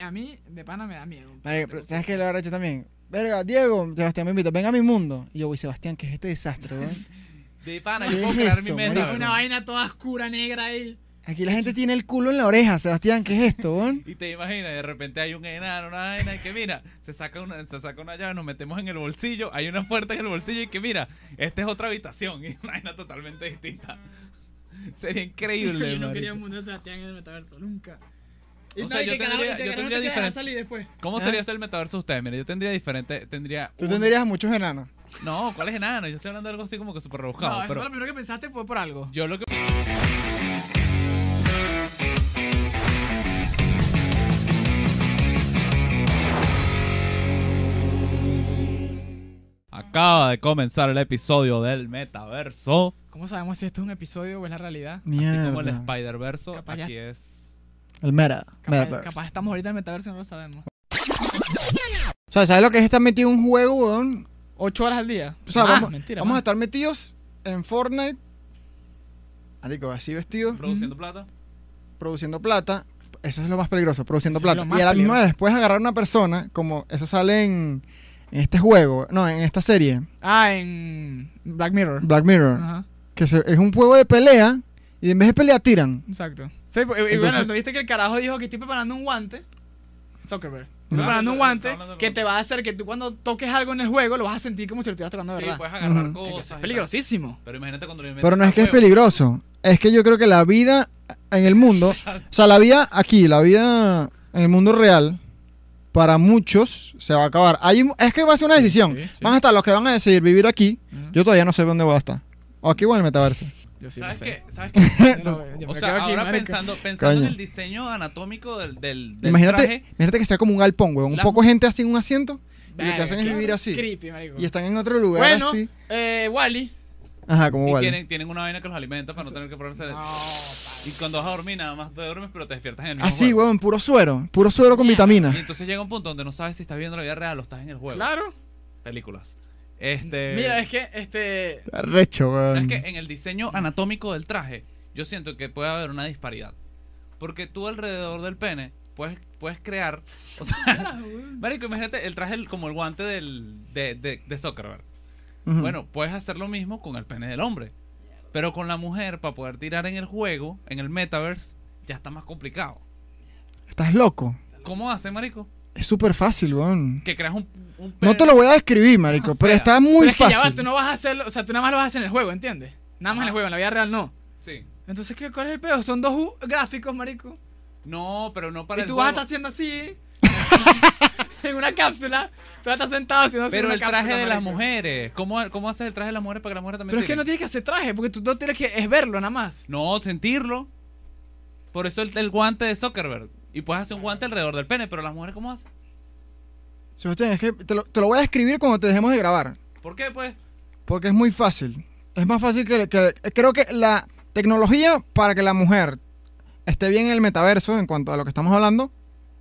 a mí de pana me da miedo. Marico, pero ¿sabes qué le habrá hecho también? Verga, Diego, Sebastián me invita, venga a mi mundo. Y yo, güey, Sebastián, ¿qué es este desastre, güey? De pana, ¿Qué yo puedo es crear mi esto, meta. marico? bro. Una vaina toda oscura, negra ahí. Aquí la gente tiene el culo en la oreja, Sebastián, ¿qué es esto, güey? Y te imaginas, de repente hay un enano, una vaina, y que mira, se saca una, se saca una llave, nos metemos en el bolsillo, hay una puerta en el bolsillo y que mira, esta es otra habitación, y una vaina totalmente distinta. Sería Yo increíble, no marico. quería un mundo de Sebastián en el metaverso, nunca. Y O no, sea, y yo que carajo, tendría- y que yo carajo tendría no te dejan diferente- salir después. ¿Cómo ¿Ah? sería hacer el metaverso de ustedes? Mira, yo tendría diferente, tendría Tú un- tendrías a muchos enanos. No, ¿cuál es enano? Yo estoy hablando de algo así como que súper No, rebuscado, eso pero lo primero que pensaste fue por algo. yo lo que Acaba de comenzar el episodio del metaverso, ¿Cómo sabemos si esto es un episodio o es la realidad? así como el Mierda. Spider-Verso, Capaz ya- aquí es El meta. Capaz, metaverse. capaz estamos ahorita en el metaverso y no lo sabemos. O sea, ¿sabes lo que es estar metido en un juego, weón? ¿Ocho horas al día? O sea, Más, vamos, Ah, mentira, vamos a más. estar metidos en Fortnite. Marico, así vestido, produciendo plata. produciendo plata. Eso es lo más peligroso, produciendo Eso es plata. lo más y a la misma peligroso. vez puedes agarrar una persona, como eso sale en, en este juego, no, en esta serie, Ah, en Black Mirror. Black Mirror, Ajá, que se- es un juego de pelea y en vez de pelea tiran. exacto. Sí, pues, y- y Entonces- bueno, ¿no viste que el carajo dijo que estoy preparando un guante? Zuckerberg. Estoy Ujú. preparando un guante Está hablando que con- te va a hacer que tú cuando toques algo en el juego lo vas a sentir como si lo estuvieras tocando de Sí, verdad. puedes agarrar Ujú. Es que cosas. y eso tal. es peligrosísimo. Pero imagínate cuando lo Pero no es que es inventan peligroso, es que yo creo que la vida en el mundo, o sea, la vida aquí, la vida en el mundo real, para muchos se va a acabar. Hay, un- es que va a ser una Sí, decisión. sí, sí. Van a estar los que van a decidir vivir aquí. Ujú. Yo todavía no sé dónde voy a estar. O aquí o en el metaverso. Yo sí lo ¿Sabes sé. qué? ¿Sabes qué? Yo lo- yo me O lo sea, quedo aquí, ahora marica. pensando, pensando en Coño. el diseño anatómico del, del, del Imagínate, traje, imagínate que sea como un galpón, weón. Un Las- poco gente así en un asiento y lo que Verga, hacen es qué vivir así. Creepy, marico. y están en otro lugar bueno, así. eh, Wally. Ajá, como y igual. tienen, tienen una vaina que los alimenta para no tener que probarse. No, Y cuando vas a dormir, nada más te duermes, pero te despiertas en el mismo Así, juego. Ah, weón, puro suero. Puro suero con Mierda. Y vitamina. entonces llega un punto donde no sabes si estás viendo la vida real o estás en el juego. claro. Películas. Este, Mira, es que este. Recho, ¿Sabes weón. qué? En el diseño anatómico del traje, yo siento que puede haber una disparidad. Porque tú alrededor del pene puedes, puedes crear. O sea, Marico, imagínate el traje el- como el guante del, de, de, de Zuckerberg. Ujú. Bueno, puedes hacer lo mismo con el pene del hombre. Pero con la mujer, para poder tirar en el juego, en el metaverse, ya está más complicado. Estás loco. ¿Cómo hace, marico? Es súper fácil, weón. Que creas un, un No pene- te lo voy a describir, marico, o pero sea, está Pero muy es que ya va, fácil. tú no vas a hacerlo. O sea, tú nada más lo vas a hacer en el juego, ¿entiendes? Nada más en el Ajá. juego, en la vida real no. Sí. Entonces, ¿qué, ¿cuál es el pedo? Son dos u- gráficos, marico. No, pero no y para el tú juego. vas a estar haciendo así. en una cápsula. Tú vas a estar sentado haciendo así. en Pero una el traje cápsula, de las marico. mujeres. ¿Cómo, ¿Cómo haces el traje de las mujeres para que las mujeres también Pero es que no tienes tiren? que hacer traje, porque tú no tienes que. Es verlo nada más. No, sentirlo. Por eso el, el guante de Zuckerberg. Y puedes hacer un guante alrededor del pene, pero las mujeres, ¿cómo hacen? Sebastián, es que te lo, te lo voy a describir cuando te dejemos de grabar. ¿Por qué, pues? Porque es muy fácil. Es más fácil que, que- Creo que la tecnología para que la mujer esté bien en el metaverso, en cuanto a lo que estamos hablando,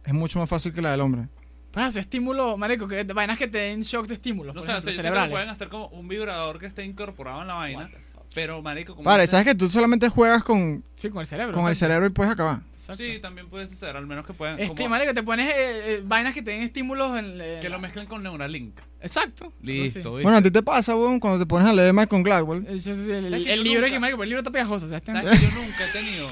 es mucho más fácil que la del hombre. Vas a hacer estímulo, marico, que vainas que te den shock de estímulos. No por sé, o ejemplo, sea, yo siento que cerebrales. pueden hacer como un vibrador que esté incorporado en la vaina. Pero, marico, como. Vale, sabes que tú solamente juegas con, Sí, con el cerebro. con el exacto, cerebro y puedes acabar. exacto. Sí, también puede suceder, al menos que puedan. Esti- como- marico, te pones eh, eh, vainas que te den estímulos en. eh, que lo mezclen con Neuralink. Exacto. algo Listo, así. ¿viste? Bueno, a ti te pasa, weón, cuando te pones a leer Michael Gladwell. Eh, yo- yo- El, ¿Sabes que el yo libro nunca- que marico, pero el libro está pegajoso, o sea, está- ¿Sabes que yo nunca he tenido.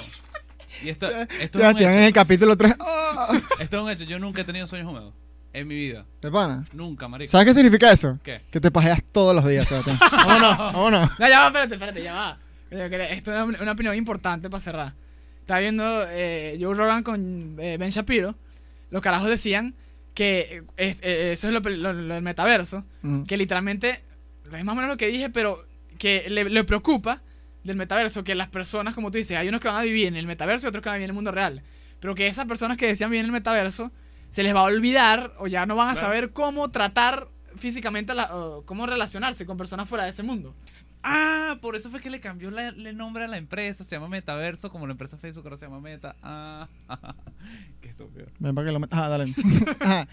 Y esto, esto, es un Sebastián, en el hecho, capítulo 3. ¡Ah! esto es un hecho. Yo nunca he tenido sueños húmedos. En mi vida. ¿Te pana? Nunca, marico. ¿Sabes qué significa eso? ¿Qué? Que te pajeas todos los días, Sebastián. vámonos, vámonos. No, ya va, espérate, espérate, ya va. Yo creo que Esto es una, una opinión importante para cerrar. Estaba viendo eh, Joe Rogan con eh, Ben Shapiro. Los carajos decían que eh, es- eh, eso es lo, lo- lo del metaverso. Mm. Que literalmente, es más o menos lo que dije, pero que le, le preocupa del metaverso que las personas, como tú dices, hay unos que van a vivir en el metaverso y otros que van a vivir en el mundo real. Pero que esas personas que decían vivir en el metaverso se les va a olvidar o ya no van a Claro. saber cómo tratar físicamente, a la- o cómo relacionarse con personas fuera de ese mundo. Ah, por eso fue que le cambió la- el nombre a la empresa. Se llama Metaverso, como la empresa Facebook ahora se llama Meta. Ah, qué estúpido. Ven para que lo metas. Ah, dale. Ajá.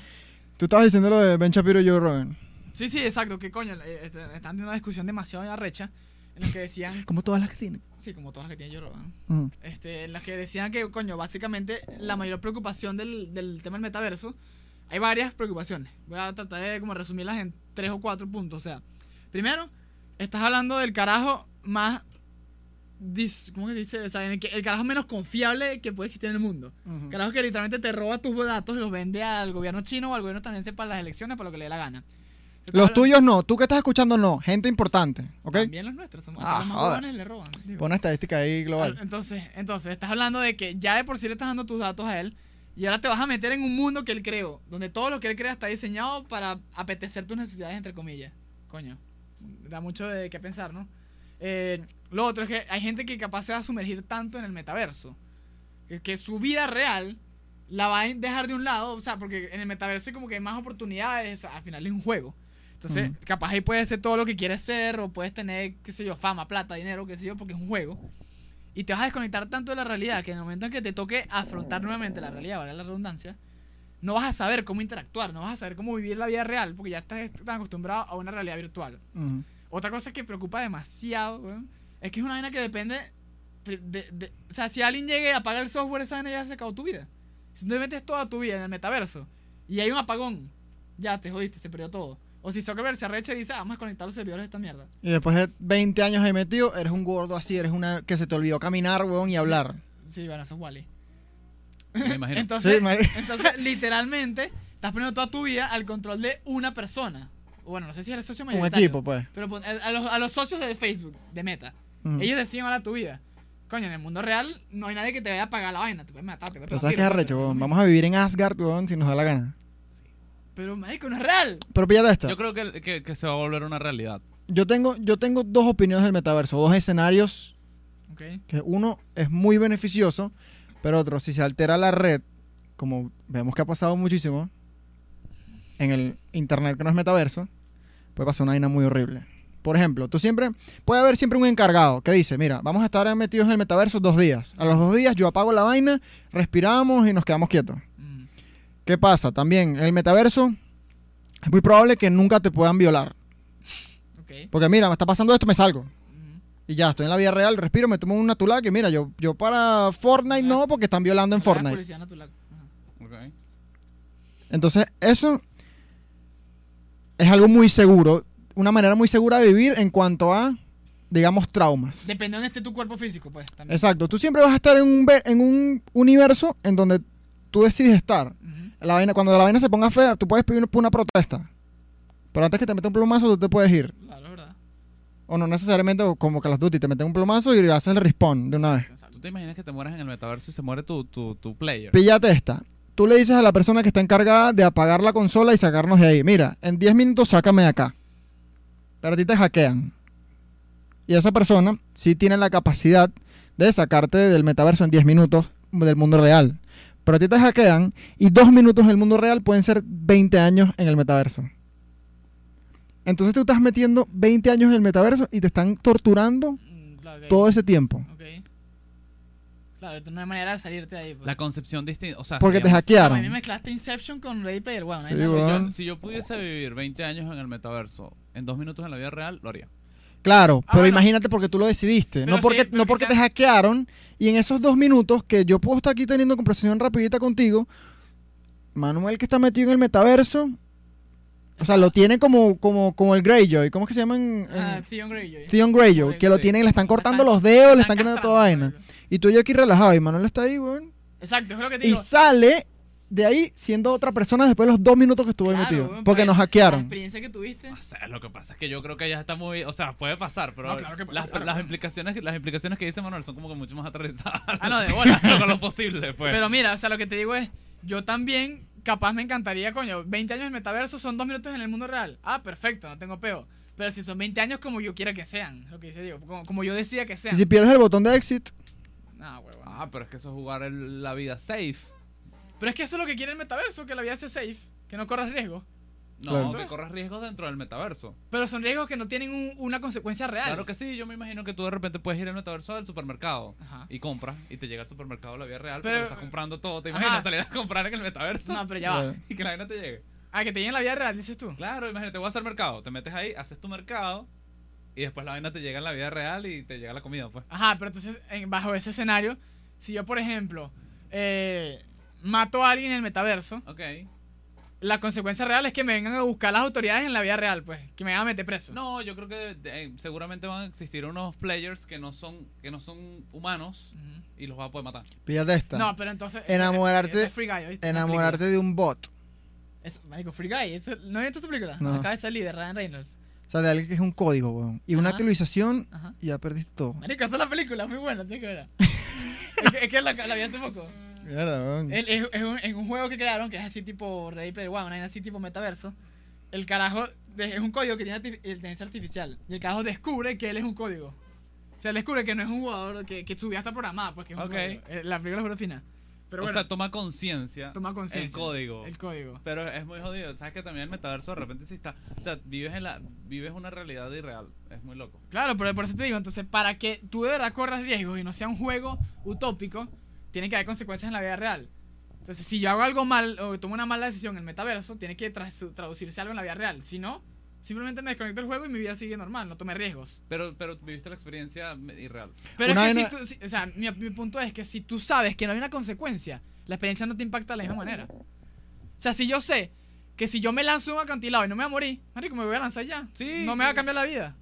Tú estabas diciendo lo de Ben Shapiro y Joe Rogan. este, Sí, sí, exacto, que coño, eh, est- están teniendo una discusión demasiado arrecha en las que decían, Como todas las que tienen. sí, como todas las que tiene yo Roban, Mm. este, en las que decían que, coño, básicamente la mayor preocupación del, del tema del metaverso, hay varias preocupaciones. Voy a tratar de como resumirlas en tres o cuatro puntos. O sea, primero, estás hablando del carajo más... dis- ¿Cómo que se dice? O sea, el, que- el carajo menos confiable que puede existir en el mundo. Ujú. Carajo que literalmente te roba tus datos y los vende al gobierno chino o al gobierno estadounidense para las elecciones, para lo que le dé la gana. Se está Los hablando- tuyos no, tú que estás escuchando no, gente importante, ¿ok? También los nuestros. Somos, Ah, los más joder. huevones le roban. digo. Pon una estadística ahí global. Ah, Entonces, entonces, estás hablando de que ya de por sí le estás dando tus datos a él y ahora te vas a meter en un mundo que él creó, donde todo lo que él crea está diseñado para apetecer tus necesidades, entre comillas. Coño, da mucho de qué pensar, ¿no? Eh, lo otro es que hay gente que capaz se va a sumergir tanto en el metaverso, que, que su vida real la va a dejar de un lado, o sea, porque en el metaverso hay como que hay más oportunidades, o sea, al final es un juego. Entonces, Ujú. capaz ahí puedes ser todo lo que quieres ser, o puedes tener, qué sé yo, fama, plata, dinero, qué sé yo, porque es un juego. Y te vas a desconectar tanto de la realidad que en el momento en que te toque afrontar nuevamente la realidad, valga la redundancia, no vas a saber cómo interactuar, no vas a saber cómo vivir la vida real, porque ya estás tan acostumbrado a una realidad virtual. Ujú. Otra cosa que preocupa demasiado, weón, es que es una vaina que depende. de- de- de- o sea, si alguien llega y apaga el software, esa vaina ya se acabó tu vida. Si tú te metes toda tu vida en el metaverso y hay un apagón, ya te jodiste, se perdió todo. O si Zuckerberg se arrecha y dice, "Ah, vamos a conectar los servidores de esta mierda. Y después de 20 años ahí metido, eres un gordo así, eres una que se te olvidó caminar, weón, y hablar. Sí, bueno, eso es Wally. Me imagino. Entonces, Sí, mari- entonces, literalmente, estás poniendo toda tu vida al control de una persona. O Bueno, no sé si eres socio un mayoritario. equipo, pues. Pero pon- a, a los, a los socios de Facebook, de Meta. Ujú. Ellos deciden ahora tu vida. Coño, en el mundo real no hay nadie que te vaya a pagar la vaina. Te puedes matar, te puedes pegar Pero sabes que tiros, ¿no? es arrecho, Pero- weón. Vamos a vivir en Asgard, weón, si nos da la gana. Pero, marico, no es real. Pero píllate esta. Yo creo que, que- que se va a volver una realidad. Yo tengo, yo tengo dos opiniones del metaverso, dos escenarios Ok. que uno es muy beneficioso, pero otro, si se altera la red, como vemos que ha pasado muchísimo en el internet que no es metaverso, puede pasar una vaina muy horrible. Por ejemplo, tú siempre, puede haber siempre un encargado que dice, mira, vamos a estar metidos en el metaverso dos días. A los dos días yo apago la vaina, respiramos y nos quedamos quietos. Mm, ¿Qué pasa? También, en el metaverso es muy probable que nunca te puedan violar. ok. Porque mira, me está pasando esto, me salgo. Mm. Y ya, estoy en la vida real, respiro, me tomo una tulac y mira, yo, yo para Fortnite no, porque están violando en Habla de Fortnite. publicidad natural. Ajá. Ok. Entonces, eso es algo muy seguro, una manera muy segura de vivir en cuanto a, digamos, traumas. Depende de dónde esté tu cuerpo físico, pues. También. Exacto, tú siempre vas a estar en un, ve- en un universo en donde tú decides estar. Ujú. La vaina, cuando la vaina se ponga fea, tú puedes pedir una protesta. Pero antes que te meta un plumazo, tú te puedes ir. Claro, es verdad. O no necesariamente o como Call of Duty, te meten un plumazo y haces el respawn de una vez. Exacto. ¿Tú te imaginas que te mueras en el metaverso y se muere tu, tu, tu player? Píllate esta. Tú le dices a la persona que está encargada de apagar la consola y sacarnos de ahí. Mira, en 10 minutos sácame de acá. Pero a ti te hackean. Y esa persona sí tiene la capacidad de sacarte del metaverso en 10 minutos del mundo real. Pero a ti te hackean y dos minutos en el mundo real pueden ser 20 años en el metaverso. Entonces tú estás metiendo 20 años en el metaverso y te están torturando Mm, claro, ok. todo ese tiempo. Ok. Claro, tú no hay manera de salirte de ahí, pues. La concepción distinta. O sea, Porque te sería- No, a mí hackearon. mezclaste Inception con Ready Player One. ahí Sí, no sé. weón. si yo, si yo pudiese vivir 20 años en el metaverso, en dos minutos en la vida real, lo haría. Claro, Ah, pero bueno. imagínate porque tú lo decidiste. Pero No porque, sí, pero no porque te quizás- hackearon y en esos dos minutos que yo puedo estar aquí teniendo conversación rapidita contigo, Manuel que está metido en el metaverso, o sea, lo tiene como, como, como el Greyjoy, ¿cómo es que se llaman? Ah, Theon Greyjoy. Theon Greyjoy, que lo Greyjoy. tienen, le están Lo cortando están- los dedos, Están le están quitando toda castrando, vaina. marico. Y tú y yo aquí relajado y Manuel está ahí, weón. Exacto, es lo que te Y digo. sale de ahí siendo otra persona después de los dos minutos que estuvo ahí Claro, metido. weón, pues, Porque pero nos la hackearon. experiencia que tuviste. O sea, lo que pasa es que yo creo que ya está muy. O sea, puede pasar, pero No, claro que puede las, pasar, las weón. implicaciones, que- las implicaciones que dice Manuel son como que mucho más aterrizadas. Ah, no, de bola. Lo- lo posible, pues. Pero mira, o sea, lo que te digo es, yo también, capaz me encantaría, coño, 20 años en el metaverso son dos minutos en el mundo real. Ah, perfecto, no tengo peo. Pero si son 20 años como yo quiera que sean, lo que dice Diego, como, como yo decía que Y sean. si pierdes el botón de exit, No, huevón. Ah, pero es que eso es jugar el- la vida safe. Pero es que eso es lo que quiere el metaverso, que la vida sea safe, que no corras riesgos. No, Claro. que corras riesgos dentro del metaverso. Pero son riesgos que no tienen un- una consecuencia real. Claro que sí, yo me imagino que tú de repente puedes ir al metaverso del supermercado Ajá. y compras y te llega al supermercado la vida real, Pero- pero, estás comprando todo. ¿Te Ajá. imaginas salir a comprar en el metaverso? No, pero ya va. Bueno. Y que la vaina te llegue. Ah, que te lleguen la vida real, dices tú. Claro, imagínate, voy a hacer mercado. Te metes ahí, haces tu mercado y después la vaina te llega en la vida real y te llega la comida, pues. Ajá, pero entonces, en- bajo ese escenario, si yo, por ejemplo, eh, mato a alguien en el metaverso, Ok. la consecuencia real es que me vengan a buscar las autoridades en la vida real, pues, que me van a meter preso. No, yo creo que eh, seguramente van a existir unos players que no son que no son humanos Ujú. y los va a poder matar. Píllate esta. No, pero entonces. ese- Enamorarte- ese es Free Guy, ¿oíste? Enamorarte de un bot. La película. Es, marico, Free Guy. eso- ¿No viste esa película? No. Acaba de salir de Ryan Reynolds. O sea, de alguien que es un código, weón. Y una Ajá. actualización, Ajá. y ya perdiste todo. Marico, esa es la película, muy buena, tienes que verla. es que, es que la, la vi hace poco. Mierda, weón. El- es, es un, es un juego que crearon que es así tipo Ready Player One, una vaina así tipo metaverso. El carajo de- es un código que tiene arti- inteligencia artificial. Y el carajo descubre que él es un código. O sea, él descubre que no es un jugador, que, que su vida está programada, porque es un Ok. código. Eh, La película es burda fina. Pero o bueno, sea, toma conciencia. toma conciencia. El código. El código. Pero es muy jodido. Sabes que también el metaverso de repente sí está. O sea, vives en la vives una realidad irreal. Es muy loco. Claro, pero por eso te digo, entonces, para que tú de verdad corras riesgos y no sea un juego utópico, tiene que haber consecuencias en la vida real. Entonces, si yo hago algo mal o tomo una mala decisión en el metaverso, tiene que tras- traducirse algo en la vida real. Si no, simplemente me desconecto del juego y mi vida sigue normal, no tomé riesgos. Pero pero viviste la experiencia me- irreal. Pero Una es que si vaina- tú, si- o sea, mi, mi punto es que si tú sabes que no hay una consecuencia, la experiencia no te impacta de la misma manera. O sea, si yo sé que si yo me lanzo a un acantilado y no me voy a morir, marico, me voy a lanzar ya. Sí. No me va a cambiar la vida.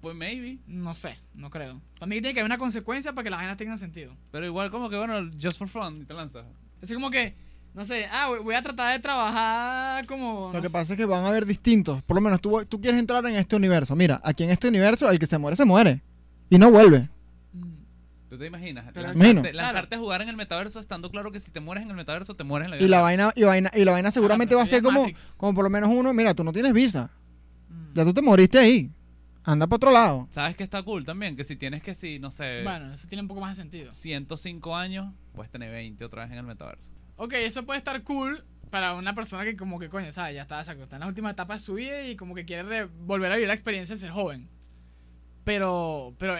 Pues maybe. No sé, no creo. Para mí tiene que haber una consecuencia para que las vainas tengan sentido. Pero igual como que bueno, just for fun y te lanzas. Así como que, no sé, ah, voy- voy a tratar de trabajar como... Lo no que sé. pasa es que van a haber distintos. Por lo menos tú, tú quieres entrar en este universo. Mira, aquí en este universo, el que se muere, se muere. Y no vuelve. Mm. ¿Tú te imaginas? Pero lanzarte, Menos. lanzarte a jugar en el metaverso estando claro que si te mueres en el metaverso te mueres en la vida. Y la real. vaina, y vaina, y la vaina seguramente Ah, pero va a sería ser como, Matrix. como por lo menos uno. Mira, tú no tienes visa. Mm. Ya tú te moriste ahí. Anda para otro lado. ¿Sabes que está cool también? Que si tienes que si no sé, Bueno, eso tiene un poco más de sentido. 105 años, puedes tener 20 otra vez en el metaverso. Ok, eso puede estar cool para una persona que como que coño, ¿sabes? Ya está, exacto, está en la última etapa de su vida y como que quiere re- volver a vivir la experiencia de ser joven. Pero, pero,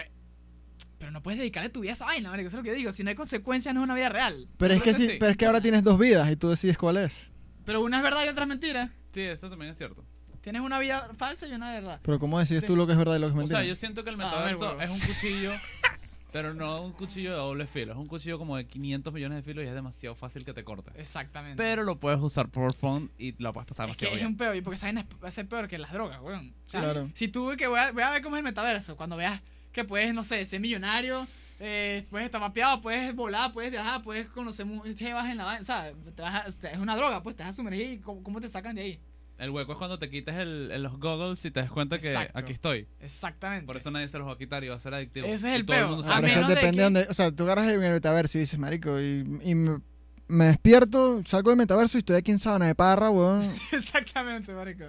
pero no puedes dedicarle tu vida a esa vaina, marico, eso es lo que digo. Si no hay consecuencias, no es una vida real. Pero Yo es creo que, que sí, sí. pero es que ahora tienes dos vidas y tú decides cuál es. Pero una es verdad y otra es mentira. Sí, eso también es cierto. Tienes una vida falsa y una de verdad. Pero ¿cómo decides Sí. tú lo que es verdad y lo que es O mentira? sea, yo siento que el Ah, a ver, metaverso huevo. es un cuchillo, pero no un cuchillo de doble filo. Es un cuchillo como de 500 millones de filos y es demasiado fácil que te cortes. Exactamente. Pero lo puedes usar por fun y lo puedes pasar Es que demasiado es bien. un peor, y porque esa vaina es- va a ser peor que las drogas, weón. O sea, Claro. Si tú que voy a, voy a ver cómo es el metaverso, cuando veas que puedes, no sé, ser millonario, eh, puedes estar mapeado, puedes volar, puedes viajar, puedes conocer mu- jevas en la vaina, o sea, te vas a- o sea, es una droga, pues te vas a sumergir y cómo, cómo te sacan de ahí. El hueco es cuando te quites el, el- los goggles y te das cuenta que Exacto. aquí estoy. Exactamente. Por eso nadie se los va a quitar y va a ser adictivo. Ese es Y el todo peo. mundo se Ah, a va pero es que menos de depende que- donde- o sea, tú agarras el metaverso y dices, marico, y, y me, me despierto, salgo del metaverso y estoy aquí en Sabana de Parra, weón. Exactamente, marico.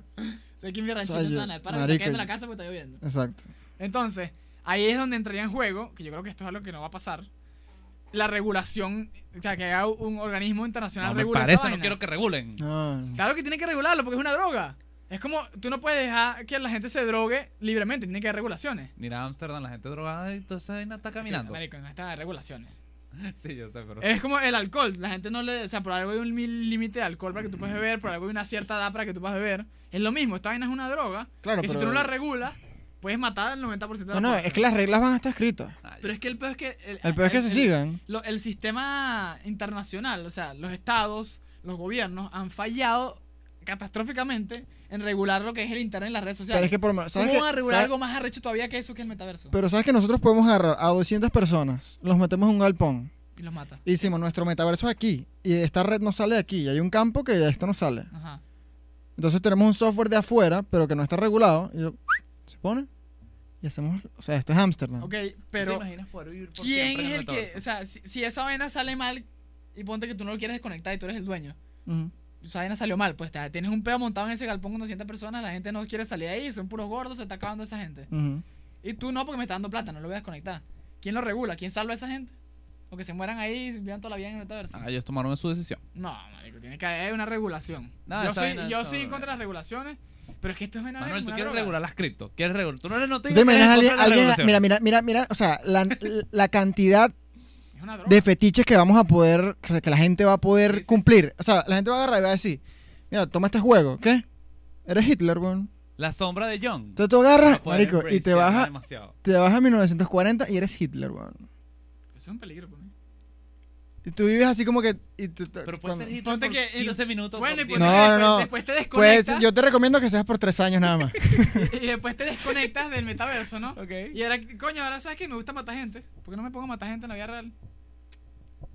De aquí en mi ranchito O sea, yo- sana, para que marico, te quedes en la yo- casa porque está lloviendo. Exacto. Entonces, ahí es donde entraría en juego, que yo creo que esto es algo que no va a pasar, la regulación, o sea, que haga un organismo internacional No, me regule esa parece, no vaina. quiero que regulen. No, Claro que tiene que regularlo porque es una droga. Es como, tú no puedes dejar que la gente se drogue libremente, tiene que haber regulaciones. Mira a Amsterdam, la gente drogada y toda esa vaina está caminando. Marico, Eh, no está regulaciones. Sí, yo sé, pero... Es como el alcohol, la gente no le, o sea, por algo hay un mil- límite de alcohol para que tú puedas beber, por algo hay una cierta edad para que tú puedas beber. Es lo mismo, esta vaina es una droga, Claro, que si tú no la regulas, puedes matar al 90% de la No, no, es población. que las reglas van a estar escritas. Ay, Pero es que el peor es que... El, El peor es que se el- sigan. lo- el sistema internacional, o sea, los estados, los gobiernos han fallado catastróficamente en regular lo que es el internet y las redes sociales. Pero es que por lo menos- ¿sabes ¿Cómo qué? van a regular ¿Sabes? algo más arrecho todavía que eso que el metaverso? Pero sabes que nosotros podemos agarrar a 200 personas, los metemos en un galpón, y los mata. y decimos nuestro metaverso es aquí, y esta red no sale de aquí, y hay un campo que de esto no sale. Ajá. Entonces tenemos un software de afuera, pero que no está regulado, y yo- se pone, y hacemos, o sea, esto es Ámsterdam. Ok, ¿Tú te pero imaginas poder vivir por ¿quién siempre en es el que, metaverso? o sea, si, si esa vaina sale mal y ponte que tú no lo quieres desconectar y tú eres el dueño, Ujú. esa vaina salió mal, pues te- tienes un pedo montado en ese galpón con 200 personas, la gente no quiere salir de ahí, son puros gordos, se está acabando esa gente. Ujú. Y tú no, porque me está dando plata, no lo voy a desconectar. ¿Quién lo regula? ¿Quién salva a esa gente? O que se mueran ahí y vivan toda la vida en el metaverso. Ah, ellos tomaron su decisión. No, marico, tiene que haber una regulación. No, yo esa soy, vaina, yo esa soy vaina. contra las regulaciones, pero es que esto es una Manuel, tú una quieres droga. regular las cripto. ¿Quieres regular? Tú no eres no ¿Tú te imaginas a eres alguien, contra la alguien- regulación. mira, mira, mira, mira, o sea, la, la cantidad Es una droga. de fetiches que vamos a poder, o sea, que la gente va a Sí, poder sí, sí. cumplir. O sea, la gente va a agarrar y va a decir, mira, toma este juego, ¿qué? Eres Hitler, weón. La sombra de John. Entonces tú agarras, Para poder marico, y te embracearla vas, a, demasiado. te vas a 1940 y eres Hitler, weón. Eso es un peligro para mí. Y tú vives así como que... y tú- tú- Pero puede cuando- ser Hitler Ponte por que- 15 minutos. Bueno, y por pues, No, diez. después, no, no. después te Pues desconectas. yo te recomiendo que seas por tres años nada más. Y después te desconectas del metaverso, ¿no? Y ahora, coño, ahora sabes que me gusta matar gente. ¿Por qué no me pongo a matar gente en la vida real?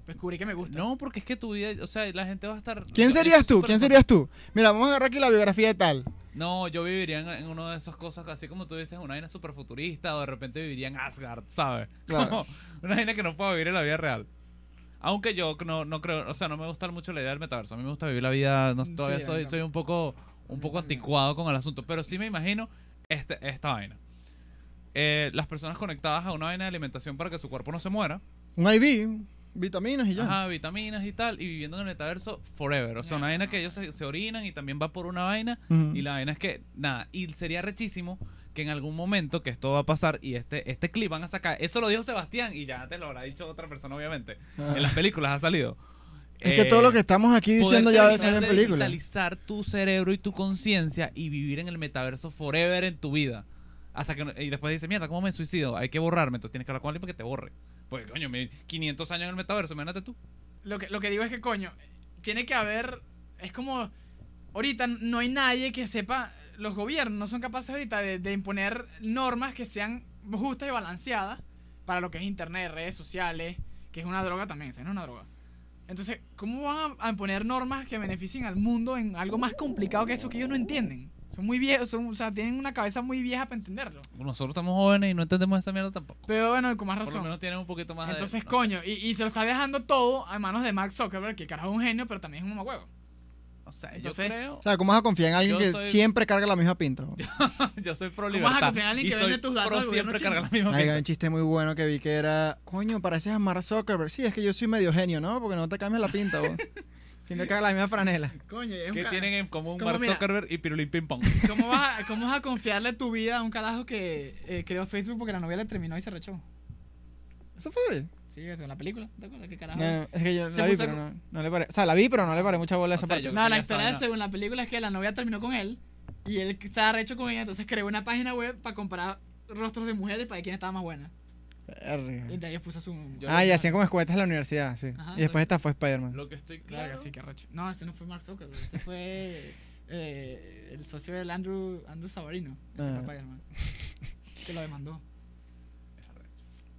Descubrí que me gusta. No, porque es que tu vida, o sea, la gente va a estar... ¿Quién Eso serías es tú? súper ¿Quién normal. serías tú? Mira, vamos a agarrar aquí la biografía de tal. No, yo viviría en, en una de esas cosas, así como tú dices, una vaina super futurista o de repente viviría en Asgard, ¿sabes? Claro. Como una vaina que no puedo vivir en la vida real. Aunque yo no, no creo, o sea, no me gusta mucho la idea del metaverso. A mí me gusta vivir la vida, no, Sí, todavía a mí soy, también. soy un poco, A mí un poco también. anticuado con el asunto, pero sí me imagino este, esta vaina. Eh, las personas conectadas a una vaina de alimentación para que su cuerpo no se muera, Un IV, vitaminas y ya. Ajá, vitaminas y tal, y viviendo en el metaverso forever. O sea, una No, vaina no. que ellos se, se orinan y también va por una vaina Ujú. y la vaina es que, nada, y sería rechísimo que en algún momento que esto va a pasar y este, este clip van a sacar. Eso lo dijo Sebastián y ya te lo habrá dicho otra persona, obviamente. Ah. En las películas ha salido. Eh, Es que todo lo que estamos aquí diciendo ya sale en película. Digitalizar tu cerebro y tu conciencia y vivir en el metaverso forever en tu vida. Hasta que, no- y después dices, mierda, ¿cómo me suicido? Hay que borrarme. Entonces tienes que hablar con alguien para que te borre. Pues, coño, mi- 500 años en el metaverso, imagínate tú. Lo, que, lo que digo es que, coño, tiene que haber. Es como. Ahorita no hay nadie que sepa. Los gobiernos no son capaces ahorita de, de imponer normas que sean justas y balanceadas para lo que es internet, redes sociales, que es una droga también, ¿sabes? No es una droga. Entonces, ¿cómo van a, a imponer normas que beneficien al mundo en algo más complicado que eso que ellos no entienden? Son muy viejos, son, o sea, tienen una cabeza muy vieja para entenderlo. Nosotros estamos jóvenes y no entendemos esa mierda tampoco. Pero bueno, con más Por lo razón. menos tienen un poquito más de- Entonces, no sé. coño, y, y se lo está dejando todo a manos de Mark Zuckerberg, que el carajo es un genio, pero también es un mamahuevo. O sea, Entonces- yo creo. O sea, ¿cómo vas a confiar en alguien Yo que soy- siempre carga la misma pinta? bro? yo soy pro ¿Cómo vas a libertad. confiar en alguien y que soy vende tus datos al pro gobierno siempre chino? cargar la misma Ay, pinta. hay un chiste muy bueno que vi que era, coño, pareces a Mark Zuckerberg. Sí, es que yo soy medio genio, ¿no? Porque no te cambias la pinta, bro. Siempre carga la misma franela. Coño, es un ¿Qué ca- tienen en común Como Mark mira- Zuckerberg y Pirulín Ping Pong? ¿Cómo vas, a, ¿Cómo vas a confiarle tu vida a un carajo que eh, creó Facebook porque la novia le terminó y se rechó? Eso fue. Sí, eso en la película. ¿Te acuerdas qué No, carajo? no, es que yo Se la vi, puso pero a- no, no le paré. O sea, la vi, pero no le paré mucha bola a O esa sea, parte. yo- No, la ya historia saben, no. según la película es que la novia terminó con él y él se arrecho con ella, entonces creó una página web para comparar rostros de mujeres para ver quién estaba más buena. Y Verga. de ellos puso su... Ah, y hacían como escuetas en la universidad, sí. Ajá, y después soy- esta fue Spider-Man. Lo que estoy claro. Claro, sí, qué arrecho. No, ese no fue Mark Zuckerberg, ese fue eh, el socio del Andrew, Andrew Savarino, ese Ah. papá hermano, que lo demandó.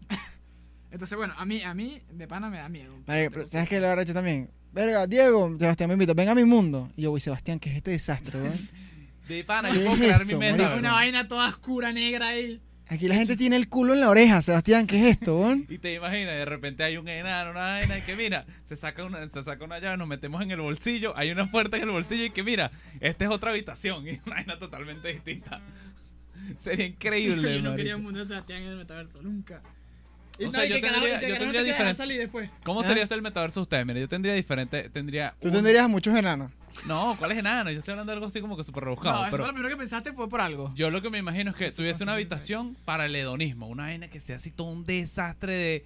Entonces, bueno, a mí, a mí de pana me da miedo. Marico, pero ¿sabes qué le habrá hecho también? Verga, Diego, Sebastián me invita, ven a mi mundo. Y yo, uy, Sebastián, ¿qué es este desastre, weón? De pana, ¿Qué yo puedo es crear mi esto, meta. marico? Una vaina toda oscura, negra ahí. Aquí la gente tiene el culo en la oreja, Sebastián, ¿qué es esto, weón? Y te imaginas, de repente hay un enano, una vaina, y que mira, se saca una, se saca una llave, nos metemos en el bolsillo, hay una puerta en el bolsillo, y que mira, esta es otra habitación, y una vaina totalmente distinta. Sería increíble, Yo no marico. quería un mundo de Sebastián en el metaverso, nunca. Y O no, sea, y yo que carajo- tendría- y que yo carajo tendría te quieras diferente- salir después. ¿Cómo Ah. sería esto el metaverso de ustedes? Mira, yo tendría diferente, tendría Tú un- tendrías muchos enanos. No, ¿cuál es enano? Yo estoy hablando de algo así como que súper No, rebuscado, eso pero fue lo primero que pensaste fue por algo. Yo lo que me imagino es que Eso tuviese una consumir habitación para el hedonismo, una vaina que sea así todo un desastre de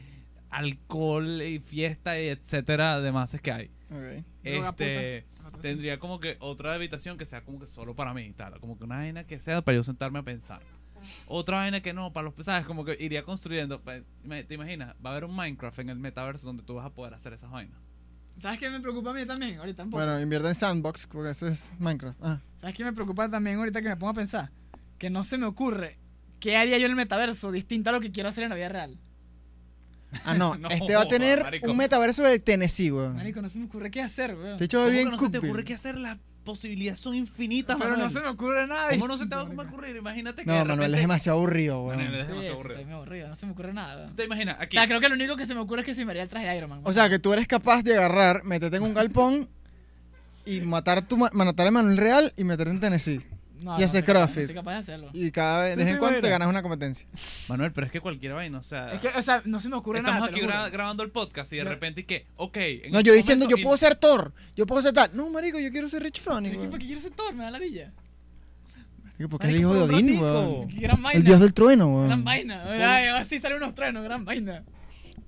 alcohol y fiesta y etcétera, demás es que hay. Ok. Droga Este, puta. Algo así. tendría como que otra habitación que sea como que solo para mí y tal, como que una vaina que sea para yo sentarme a pensar. Otra vaina que no, para los pesados, como que iría construyendo. pa- me- ¿Te imaginas? Va a haber un Minecraft en el metaverso donde tú vas a poder hacer esas vainas. ¿Sabes qué me preocupa a mí también? Ahorita un poco. Bueno, invierte en Sandbox, porque eso es Minecraft. Ah. ¿Sabes qué me preocupa también ahorita que me pongo a pensar? Que no se me ocurre qué haría yo en el metaverso distinto a lo que quiero hacer en la vida real. Ah, no, No, este va a tener marico. un metaverso de Tennessee, weón. Marico, no se me ocurre qué hacer, weón. Ah. Te ¿Cómo hecho que bien no se te ocurre qué hacer? Las posibilidades son infinitas, Pero no Manuel. se me ocurre nada. ¿Cómo no se te va distinto, a marico. ocurrir? Imagínate que. No, de Manuel, repente- es demasiado aburrido, Manuel, weón. es Sí, demasiado sí, aburrido. soy muy aburrido, no se me ocurre nada, ¿Tú weón. te imaginas? Aquí. O sea, creo que lo único que se me ocurre es que se me haría el traje de Iron Man. O sea, que tú eres capaz de agarrar, meterte en un galpón y matar, tu, ma- matar a Manuel Real y meterte en Tennessee. No, y no hacer soy capaz- CrossFit. No soy capaz de hacerlo. Y cada vez, ¿Tú de vez te en cuando, te imaginas? ganas una competencia. Manuel, pero es que cualquier vaina, o sea. Es que, o sea, no se me ocurre estamos nada. te aquí lo juro. gra- grabando el podcast y de Yo- repente, ¿y qué? Ok. en No, este yo diciendo, momento- yo y- puedo ser Thor, yo puedo ser tal. No, marico, yo quiero ser Rich Pero Froning, es que weón. ¿Para qué quiero ser Thor? Me da la villa. Marico, porque es el hijo Marico, de por un Odín, ratico. weón. Qué Gran vaina. El dios del trueno, weón. Gran vaina. Ay, así salen unos truenos, gran vaina.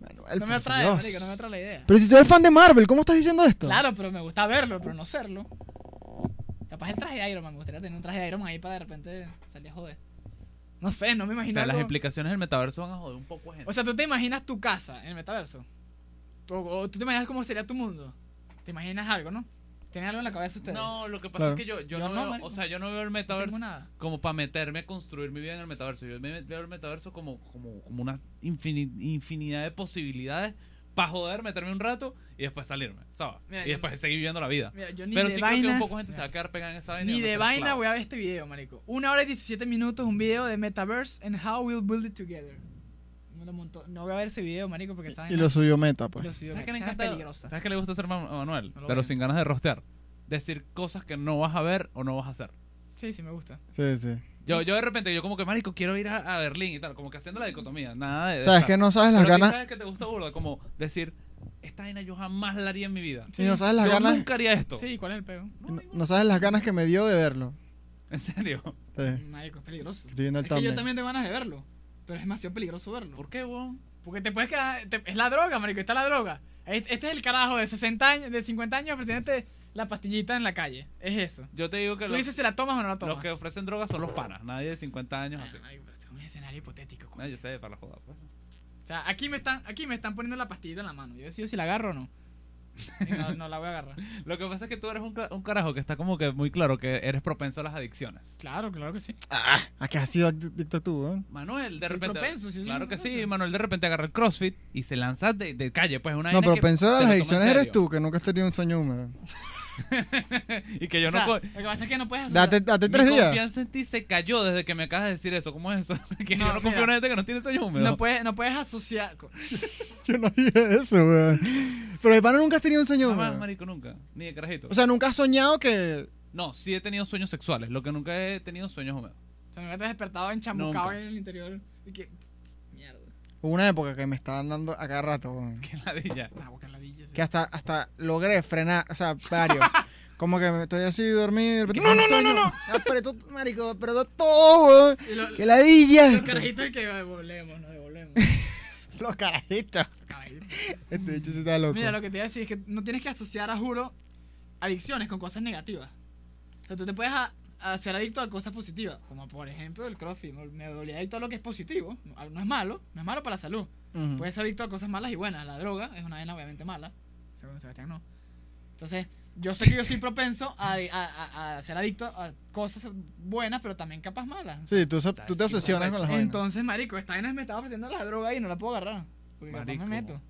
Manuel, no me por atrae, Dios. marico, no me atrae la idea. Pero si tú eres fan de Marvel, ¿cómo estás diciendo esto? Claro, pero me gusta verlo, pero no serlo. Capaz el traje de Iron Man. Me gustaría tener un traje de Iron Man ahí para de repente salir a joder. No sé, no me O imagino. sea, las algo- implicaciones del metaverso van a joder un poco a gente. O sea, tú te imaginas tu casa en el metaverso. O, o tú te imaginas cómo sería tu mundo. Te imaginas algo, ¿no? ¿Tienen algo en la cabeza ustedes? no, lo que pasa Claro. es que yo, Yo yo, no, no, veo, marico. o sea, yo no veo el no metaverso tengo nada. como para meterme a construir mi vida en el metaverso. Yo me- veo el metaverso como, como, como una infini- infinidad de posibilidades para joder, meterme un rato y después salirme, ¿sabes? Mira, y yo- después seguir viviendo la vida. Mira, yo ni Pero de sí creo vaina, que un poco gente se va a quedar pegada en esa vaina. y ni van a de ser vaina esclavos. voy a ver este video, marico. Una hora y 17 minutos, un video de Metaverse and how we'll build it together. No, lo monto- no voy a ver ese video, marico, porque saben. Y lo subió Meta, pues. lo subió. ¿Sabes qué le esa vaina encanta? es peligrosa. ¿Sabes qué le gusta hacer Ma- a Manuel? No lo Pero veo. sin ganas de rostear. Decir cosas que no vas a ver o no vas a hacer. Sí, sí, me gusta. Sí, sí. Yo, yo de repente, yo como que, marico, quiero ir a, a Berlín y tal, como que haciendo la dicotomía, nada de... O sea, es o sea, que no sabes las pero sí ganas. sabes que te gusta burda, como decir, esta vaina yo jamás la haría en mi vida. Y no sabes las yo ganas. nunca haría esto. Sí, ¿cuál es el pego? No, no sabes las ganas que me dio de verlo. En serio. Eh. Sí. Marico, es peligroso. Estoy viendo el es que yo thumbnail. también tengo ganas de verlo. Pero es demasiado peligroso verlo. ¿Por qué, weón? Porque te puedes quedar. te- es la droga, marico, está la droga. Este este es el carajo de 60 años, de 50 años ofreciéndote la pastillita en la calle. Es eso. Yo te digo que Tú los, dices si la tomas o no la los tomas. que ofrecen drogas son los panas, nadie de 50 años Ah, así. marico, pero esto es un escenario hipotético. coño. No, yo sé, para la joda, pues. O sea, aquí me están, aquí me están poniendo la pastillita en la mano. Yo decido si la agarro o no. Y No, no la voy a agarrar. Lo que pasa es que tú eres un, cla- un carajo que está como que muy claro que eres propenso a las adicciones. Claro, claro que sí. ¿A qué Ah, has sido adicto tú, eh? Manuel, de Soy repente... propenso, sí, soy claro un que sí, propenso. Manuel de repente agarra el CrossFit y se lanza de, de calle, pues una No, vaina pero que pensó en se las lo toma en adicciones serio. eres tú, que nunca has tenido un sueño húmedo. y que yo O sea, no... co- lo que pasa es que no puedes asociar- Date, date Mi tres días. confianza en ti se cayó desde que me acabas de decir eso. ¿Cómo es eso? que No, yo no confío mira. en la gente que no tiene sueños húmedos. pues, no puedes, no puedes asociar. co- Yo no dije eso, weón. Pero de pana nunca has tenido un sueño Jamás, húmedo. marico, nunca. Ni de carajito. O sea, nunca has soñado que. no, sí he tenido sueños sexuales. Lo que nunca he tenido sueños húmedos. O sea, me te despertado enchamucado Nunca. en el interior. Y que. Mierda. Hubo una época que me estaban dando a cada rato, weón. Qué ladilla. Nah, guacaladilla, sí. Que hasta, hasta logré frenar, o sea, varios. Como que me estoy así dormido. ¿Qué No, no, no, no, sueño? no. Apretó, marico, apretó todo, weón. Y lo- Que ladilla. los esto. carajitos y que devolvemos, nos devolvemos. Los carajitos. Caballito. Este bicho sí está loco. Mira, lo que te iba a decir es que no tienes que asociar a juro adicciones con cosas negativas. O sea, tú te puedes a- hacer adicto a cosas positivas, como por ejemplo el crossfit. Me- Me dolía adicto a lo que es positivo, no no es malo, no es malo para la salud. Ujú. Puedes ser adicto a cosas malas y buenas. La droga es una vaina obviamente mala, según Sebastián no. Entonces, yo sé que yo soy propenso a, a- a- a ser adicto a cosas buenas, pero también capaz malas. Sí, tú, so- tú te Sí, obsesionas con las vainas. Entonces, marico, esta vaina me estaba ofreciendo la droga y no la puedo agarrar. Porque capaz Marico. me meto.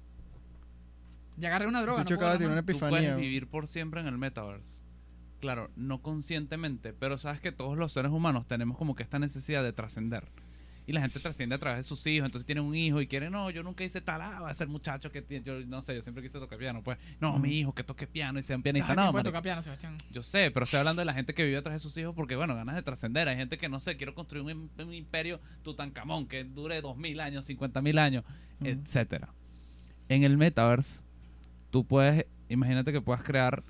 Ya agarré una droga. Ese pues, no bicho puedo acaba de agarrar tener una más. Tú puedes epifanía. weón. vivir por siempre en el metaverse. Claro, no conscientemente, pero sabes que todos los seres humanos tenemos como que esta necesidad de trascender. Y la gente trasciende a través de sus hijos, entonces tienen un hijo y quieren, no, yo nunca hice tal, ah, va a ser muchacho que tiene, yo no sé, yo siempre quise tocar piano, pues, no, Ujú. mi hijo que toque piano y sea un Estás pianista, a no, tiempo de marico. tocar piano, Sebastián. Yo sé, pero estoy hablando de la gente que vive atrás de sus hijos porque, bueno, ganas de trascender. Hay gente que, no sé, quiero construir un, im- un imperio tutankamón que dure 2.000 años, 50.000 años, Ujú. etcétera. En el metaverse, tú puedes, imagínate que puedas crear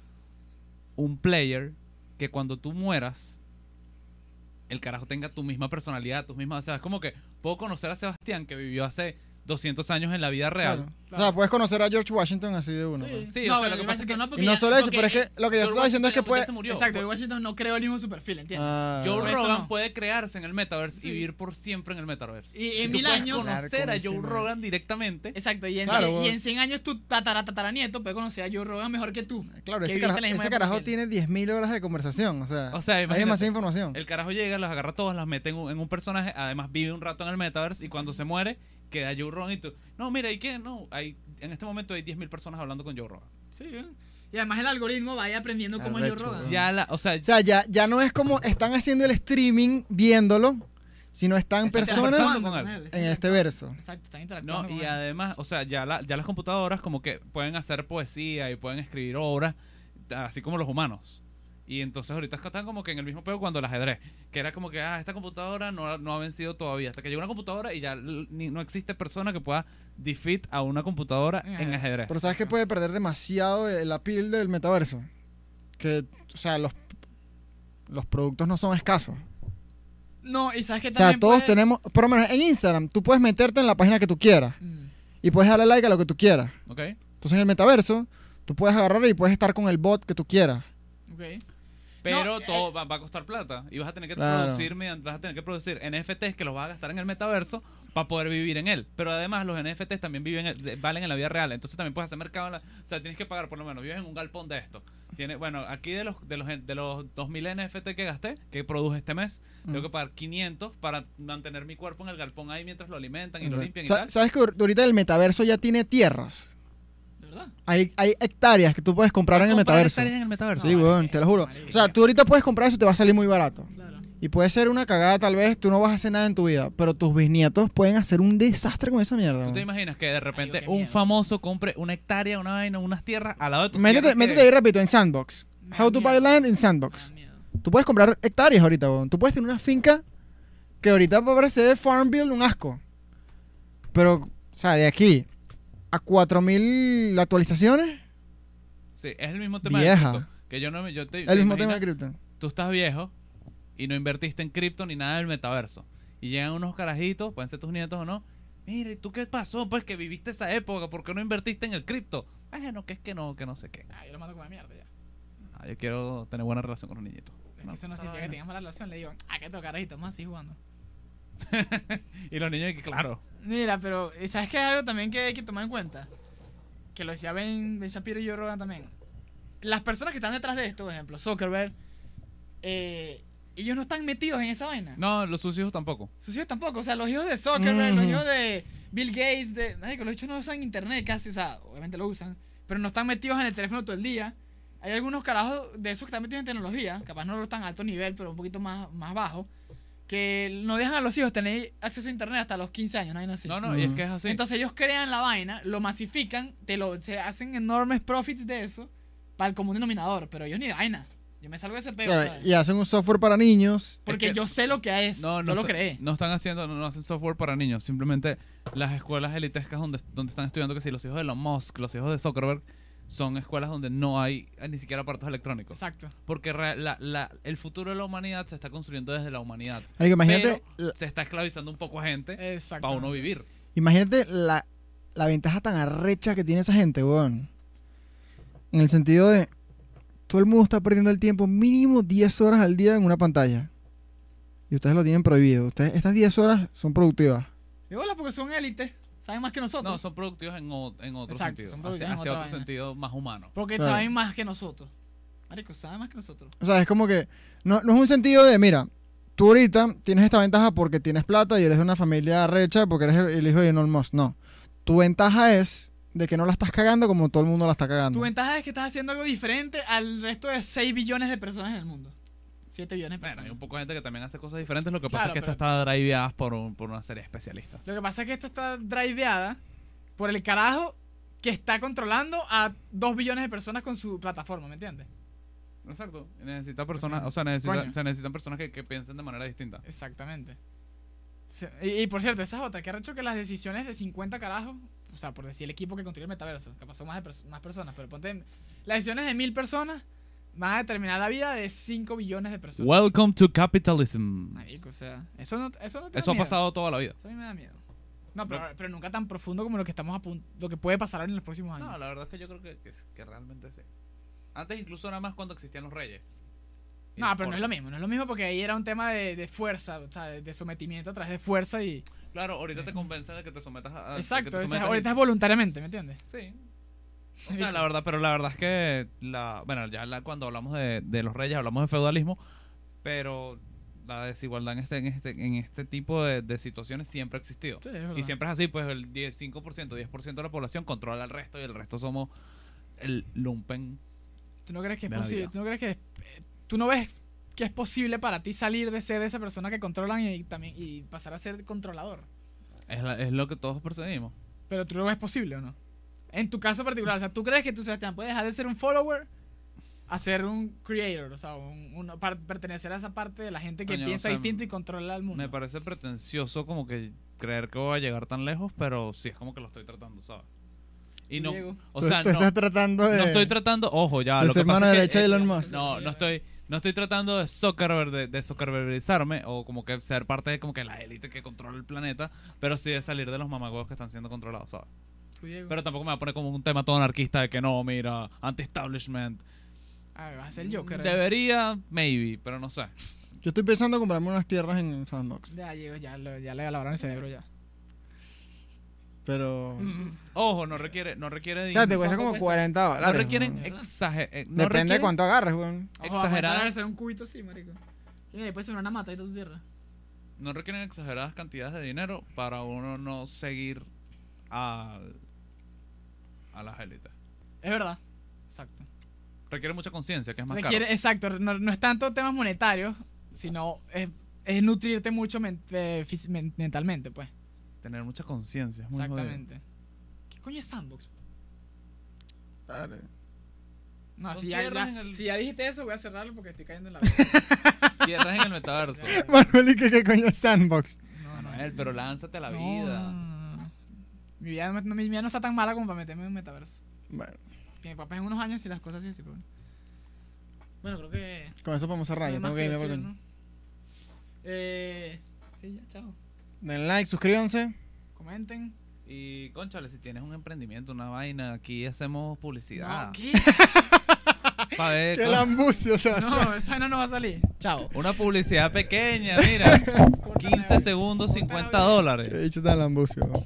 un player que cuando tú mueras, el carajo tenga tu misma personalidad, tus mismas... O sea, es como que puedo conocer a Sebastián que vivió hace 200 años en la vida real. Claro. O sea, Claro. puedes conocer a George Washington así de uno. pues. Sí, o sea, lo que pasa es que- no, porque Y no ya- solo eso, porque- pero es que lo que yo George estaba diciendo es que Washington ya puede. se murió. pues. Exacto, el Washington no creó el mismo su perfil, ¿entiendes? Ah, Joe Por eso Rogan no. puede crearse en el metaverse Sí. y vivir por siempre en el metaverse. Y en tú mil puedes años. con- conocer a Narco, Joe ese Rogan directamente. Exacto, y en, Claro, cien- y weón. en 100 años tu tatara, tataranieto puede conocer a Joe Rogan mejor que tú. claro, que ese viste carajo, la misma ese carajo época que él. tiene 10.000 horas de conversación. O sea, O sea, hay demasiada imagínate, información. el carajo llega, los agarra todos, las mete en un, en un personaje, además vive un rato en el metaverse y cuando se muere queda Joe Rogan y tú, no, mira, ¿y qué? No, hay, en este momento hay 10.000 personas hablando con Joe Rogan. Sí, weón. Y además el algoritmo va a ir aprendiendo cómo es Joe Arrecho, Rogan. weón. Ya la, o sea, O sea, ya, ya no es como están haciendo el streaming viéndolo, sino están Están personas conversando. en este verso. Exacto, están interactuando. no, con y él. además, o sea, ya, la- ya las computadoras como que pueden hacer poesía y pueden escribir obras, así como los humanos. Y entonces ahorita están como que en el mismo pego cuando el ajedrez, que era como que, ah, esta computadora no, ha- no ha vencido todavía, hasta que llega una computadora y ya l- ni- no existe persona que pueda defeat a una computadora En en ajedrez. ajedrez. Pero sabes que puede perder demasiado el appeal del metaverso. Que, o sea, los, los productos no son escasos. No, y sabes que O sea, también. todos puede- tenemos, por lo menos en Instagram, tú puedes meterte en la página que tú quieras Mm. y puedes darle like a lo que tú quieras. ¿Ok? Entonces en el metaverso, tú puedes agarrar y puedes estar con el bot que tú quieras. Ok. Pero No, eh, todo va, va a costar plata y vas a tener que Claro. producir, mediante- vas a tener que producir NFTs que los vas a gastar en el metaverso para poder vivir en él. Pero además los NFTs también viven en- valen en la vida real, entonces también puedes hacer mercado, en la- o sea, tienes que pagar por lo menos, vives en un galpón de esto. Tiene, bueno, aquí de los de los de los 2000 NFT que gasté, que produje este mes, tengo Mm. que pagar 500 para mantener mi cuerpo en el galpón ahí mientras lo alimentan y lo limpian y Sa- tal. ¿Sabes que ahor- ahorita el metaverso ya tiene tierras? ¿De verdad? Hay, hay hectáreas que tú puedes comprar en el Comprar metaverso. hectáreas en el metaverso. Sí, No, weón, marica, te lo juro. marica. O sea, tú ahorita puedes comprar eso y te va a salir muy barato. Claro. Y puede ser una cagada, tal vez tú no vas a hacer nada en tu vida, pero tus bisnietos pueden hacer un desastre con esa mierda. ¿Tú te weón. imaginas que de repente qué un miedo. famoso compre una hectárea, una vaina, unas tierras al lado de tus Métete, tierras que- métete ahí rápido en Sandbox. Me da How to buy miedo. land in Me da Sandbox. miedo. Tú puedes comprar hectáreas ahorita, weón. Tú puedes tener una finca que ahorita parece Farmville un asco. Pero, o sea, de aquí a 4000 actualizaciones, Sí, es el mismo tema Vieja. de cripto. Que yo no me- yo te, el te mismo imaginas, tema de cripto. Tú estás viejo y no invertiste en cripto ni nada del metaverso. Y llegan unos carajitos, pueden ser tus nietos o no. Mira, ¿y tú qué pasó? Pues que viviste esa época, ¿por qué no invertiste en el cripto? Bueno, que es que no, que no sé qué. Ah, yo lo mando con la mierda ya. Ah, yo quiero tener buena relación con los niñitos. Es No. que eso no significa que tengas mala relación. Le digo, ah, que toca, carajito, más así jugando. Y los niños, y que claro. Mira, pero ¿y ¿sabes qué es algo también que hay que tomar en cuenta? Que lo decía Ben, Ben Shapiro y yo Rogan también. Las personas que están detrás de esto, por ejemplo, Zuckerberg, eh, ellos no están metidos en esa vaina. No, los sus hijos tampoco. Sus hijos tampoco. O sea, los hijos de Zuckerberg, los Ujú. hijos de Bill Gates, de. marico, los hijos no usan internet casi. O sea, obviamente lo usan. Pero no están metidos en el teléfono todo el día. Hay algunos carajos de esos que están metidos en tecnología. Capaz no lo tan alto nivel, pero un poquito más, más bajo. Que no dejan a los hijos tener acceso a internet hasta los 15 años, no hay nada así. No, no, y es que es así. Entonces ellos crean la vaina, lo masifican, te lo, se hacen enormes profits de eso para el común denominador. Pero ellos ni vaina. Yo me salgo de ese peo. Claro, ¿sabes? y hacen un software para niños. Porque es que- yo sé lo que es. No, No, no, lo está- creé. no están haciendo, no, no hacen software para niños. Simplemente las escuelas elitescas donde, donde están estudiando, que si los hijos de Elon Musk, los hijos de Zuckerberg, son escuelas donde no hay eh, ni siquiera aparatos electrónicos. Exacto. Porque re- la- la- el futuro de la humanidad se está construyendo desde la humanidad. Marico, imagínate, Pero se está esclavizando un poco a gente Exacto. para ¿Eh? uno vivir. Imagínate la, la ventaja tan arrecha que tiene esa gente, weón. En el sentido de, todo el mundo está perdiendo el tiempo mínimo 10 horas al día en una pantalla. Y ustedes lo tienen prohibido. Ustedes, estas 10 horas son productivas. De bola porque son élite, saben más que nosotros. No, son productivos en, o- en otro Exacto, sentido. son hacia- productivos en hacia, otra otro vaina. sentido más humano. Porque Claro. saben más que nosotros. Marico, saben más que nosotros. O sea, es como que, no, no es un sentido de, mira, tú ahorita tienes esta ventaja porque tienes plata y eres de una familia arrecha porque eres el, el hijo de Elon Musk. No. Tu ventaja es de que no la estás cagando como todo el mundo la está cagando. Tu ventaja es que estás haciendo algo diferente al resto de 6 billones de personas en el mundo. 7 billones de Bueno, personas. hay un poco de gente que también hace cosas diferentes. Lo que pasa Claro, es que esta está driveada por, un- por una serie especialista. Lo que pasa es que esta está driveada por el carajo que está controlando a 2 billones de personas con su plataforma, ¿me entiendes? Exacto. Necesita personas, sí. o sea, necesita- Coño. se necesitan personas que, que piensen de manera distinta. Exactamente. Se- Y, y por cierto, esa es otra, que ha hecho que las decisiones de 50 carajos, o sea, por decir el equipo que construye el metaverso, que pasó más, de pers- más personas, pero ponte, en- las decisiones de mil personas van a determinar la vida de 5 billones de personas. Welcome to capitalism. Marico, o sea, eso no, eso no te da Eso ha miedo. pasado toda la vida. Eso a mí me da miedo. No, pero, pero nunca tan profundo como lo que estamos a punto, lo que puede pasar ahora en los próximos años. No, la verdad es que yo creo que, que, es- que realmente sí. Antes incluso nada más cuando existían los reyes. Y No, los pero no es lo cortes. mismo, no es lo mismo porque ahí era un tema de, de fuerza, o sea, de, de sometimiento a través de fuerza y... Claro, ahorita te convencen de que te sometas a... a- que Ah, Eh. te Exacto, o sea, sometas y- ahorita es voluntariamente, ¿me entiendes? Sí. O sea, la verdad, pero la verdad es que... La, bueno, ya la- cuando hablamos de, de los reyes hablamos de feudalismo, pero la desigualdad en este, en este, en este tipo de, de situaciones siempre ha existido. Sí, es verdad. Y siempre es así, pues el 10, 5%, 10% de la población controla al resto y el resto somos el lumpen. ¿Tú no crees que es Me la posible? dio. ¿Tú no crees que es- eh, tú no ves que es posible para ti salir de ser esa persona que controlan y también y pasar a ser controlador? Es, la- es lo que todos perseguimos. Pero tú lo ves posible o no? En tu caso particular, o sea, ¿tú crees que tú Sebastián puedes dejar de ser un follower a ser un creator, o sea, un, un- par- pertenecer a esa parte de la gente que Coño, o piensa sea, distinto y controla al mundo? Me parece pretencioso como que creer que voy a llegar tan lejos, pero sí es como que lo estoy tratando, ¿sabes? Y no, Diego. o Tú- sea, tú no, estás tratando de... no estoy tratando, ojo, ya, de lo que ser pasa mano es que- derecha de eh, Elon Musk. no, no estoy, no estoy tratando de Zuckerberg, de, de Zuckerbergizarme o como que ser parte de como que la élite que controla el planeta, pero sí de salir de los mamagüeos que están siendo controlados, ¿sabes? Tú, Diego. Pero tampoco me va a poner como un tema todo anarquista de que no, mira, anti-establishment. A ver, va a ser el Joker. ¿eh? Debería, maybe, pero no sé. Yo estoy pensando en comprarme unas tierras en Sandbox. Ya, llegó, ya, lo- ya le lavaron el cerebro ya. Pero. Ojo, no requiere, no requiere O sea, te dinero. cuesta como cuesta? 40 dólares. No requieren weón. ¿verdad? exagerar. No Depende de requieren- cuánto agarres, weón. Exagerada. Exagerado. hacer un cubito así, marico. Y mira, puede ser una mata y tu tierra. no requieren exageradas cantidades de dinero para uno no seguir a, a las élites. Es verdad. Exacto. Requiere mucha conciencia, que es más Requiere- caro. Exacto, no, no es tanto temas monetarios, sino es, es nutrirte mucho men- eh, fis- men- mentalmente, pues. Tener mucha conciencia. es muy jodido. Exactamente. ¿Qué coño es sandbox? Dale. No, Son si ya, tierras ya- en el- si ya dijiste eso, voy a cerrarlo porque estoy cayendo en la. Tierras en el metaverso. Manuel, ¿y qué, qué coño es Sandbox? no, Manuel, pero lánzate a la No, no, vida. no, no. Mi vida, no, mi vida no está tan mala como para meterme en un metaverso. Bueno, Que mi papá es en unos años y las cosas así, así, pero bueno. Bueno, creo que. con eso podemos cerrar. Yo no hay más tengo que irme decir, porque- ¿no? Eh. Sí, ya, chao. Den like, suscríbanse. Comenten. Y, conchale, si tienes un emprendimiento, una vaina, aquí hacemos publicidad. No, ¿qué? Pa' ver, Que con- lambucio, o sea. No, esa no nos va a salir. Chao. Una publicidad pequeña, mira. 15 segundos, 50 dólares. He dicho tan lambucio.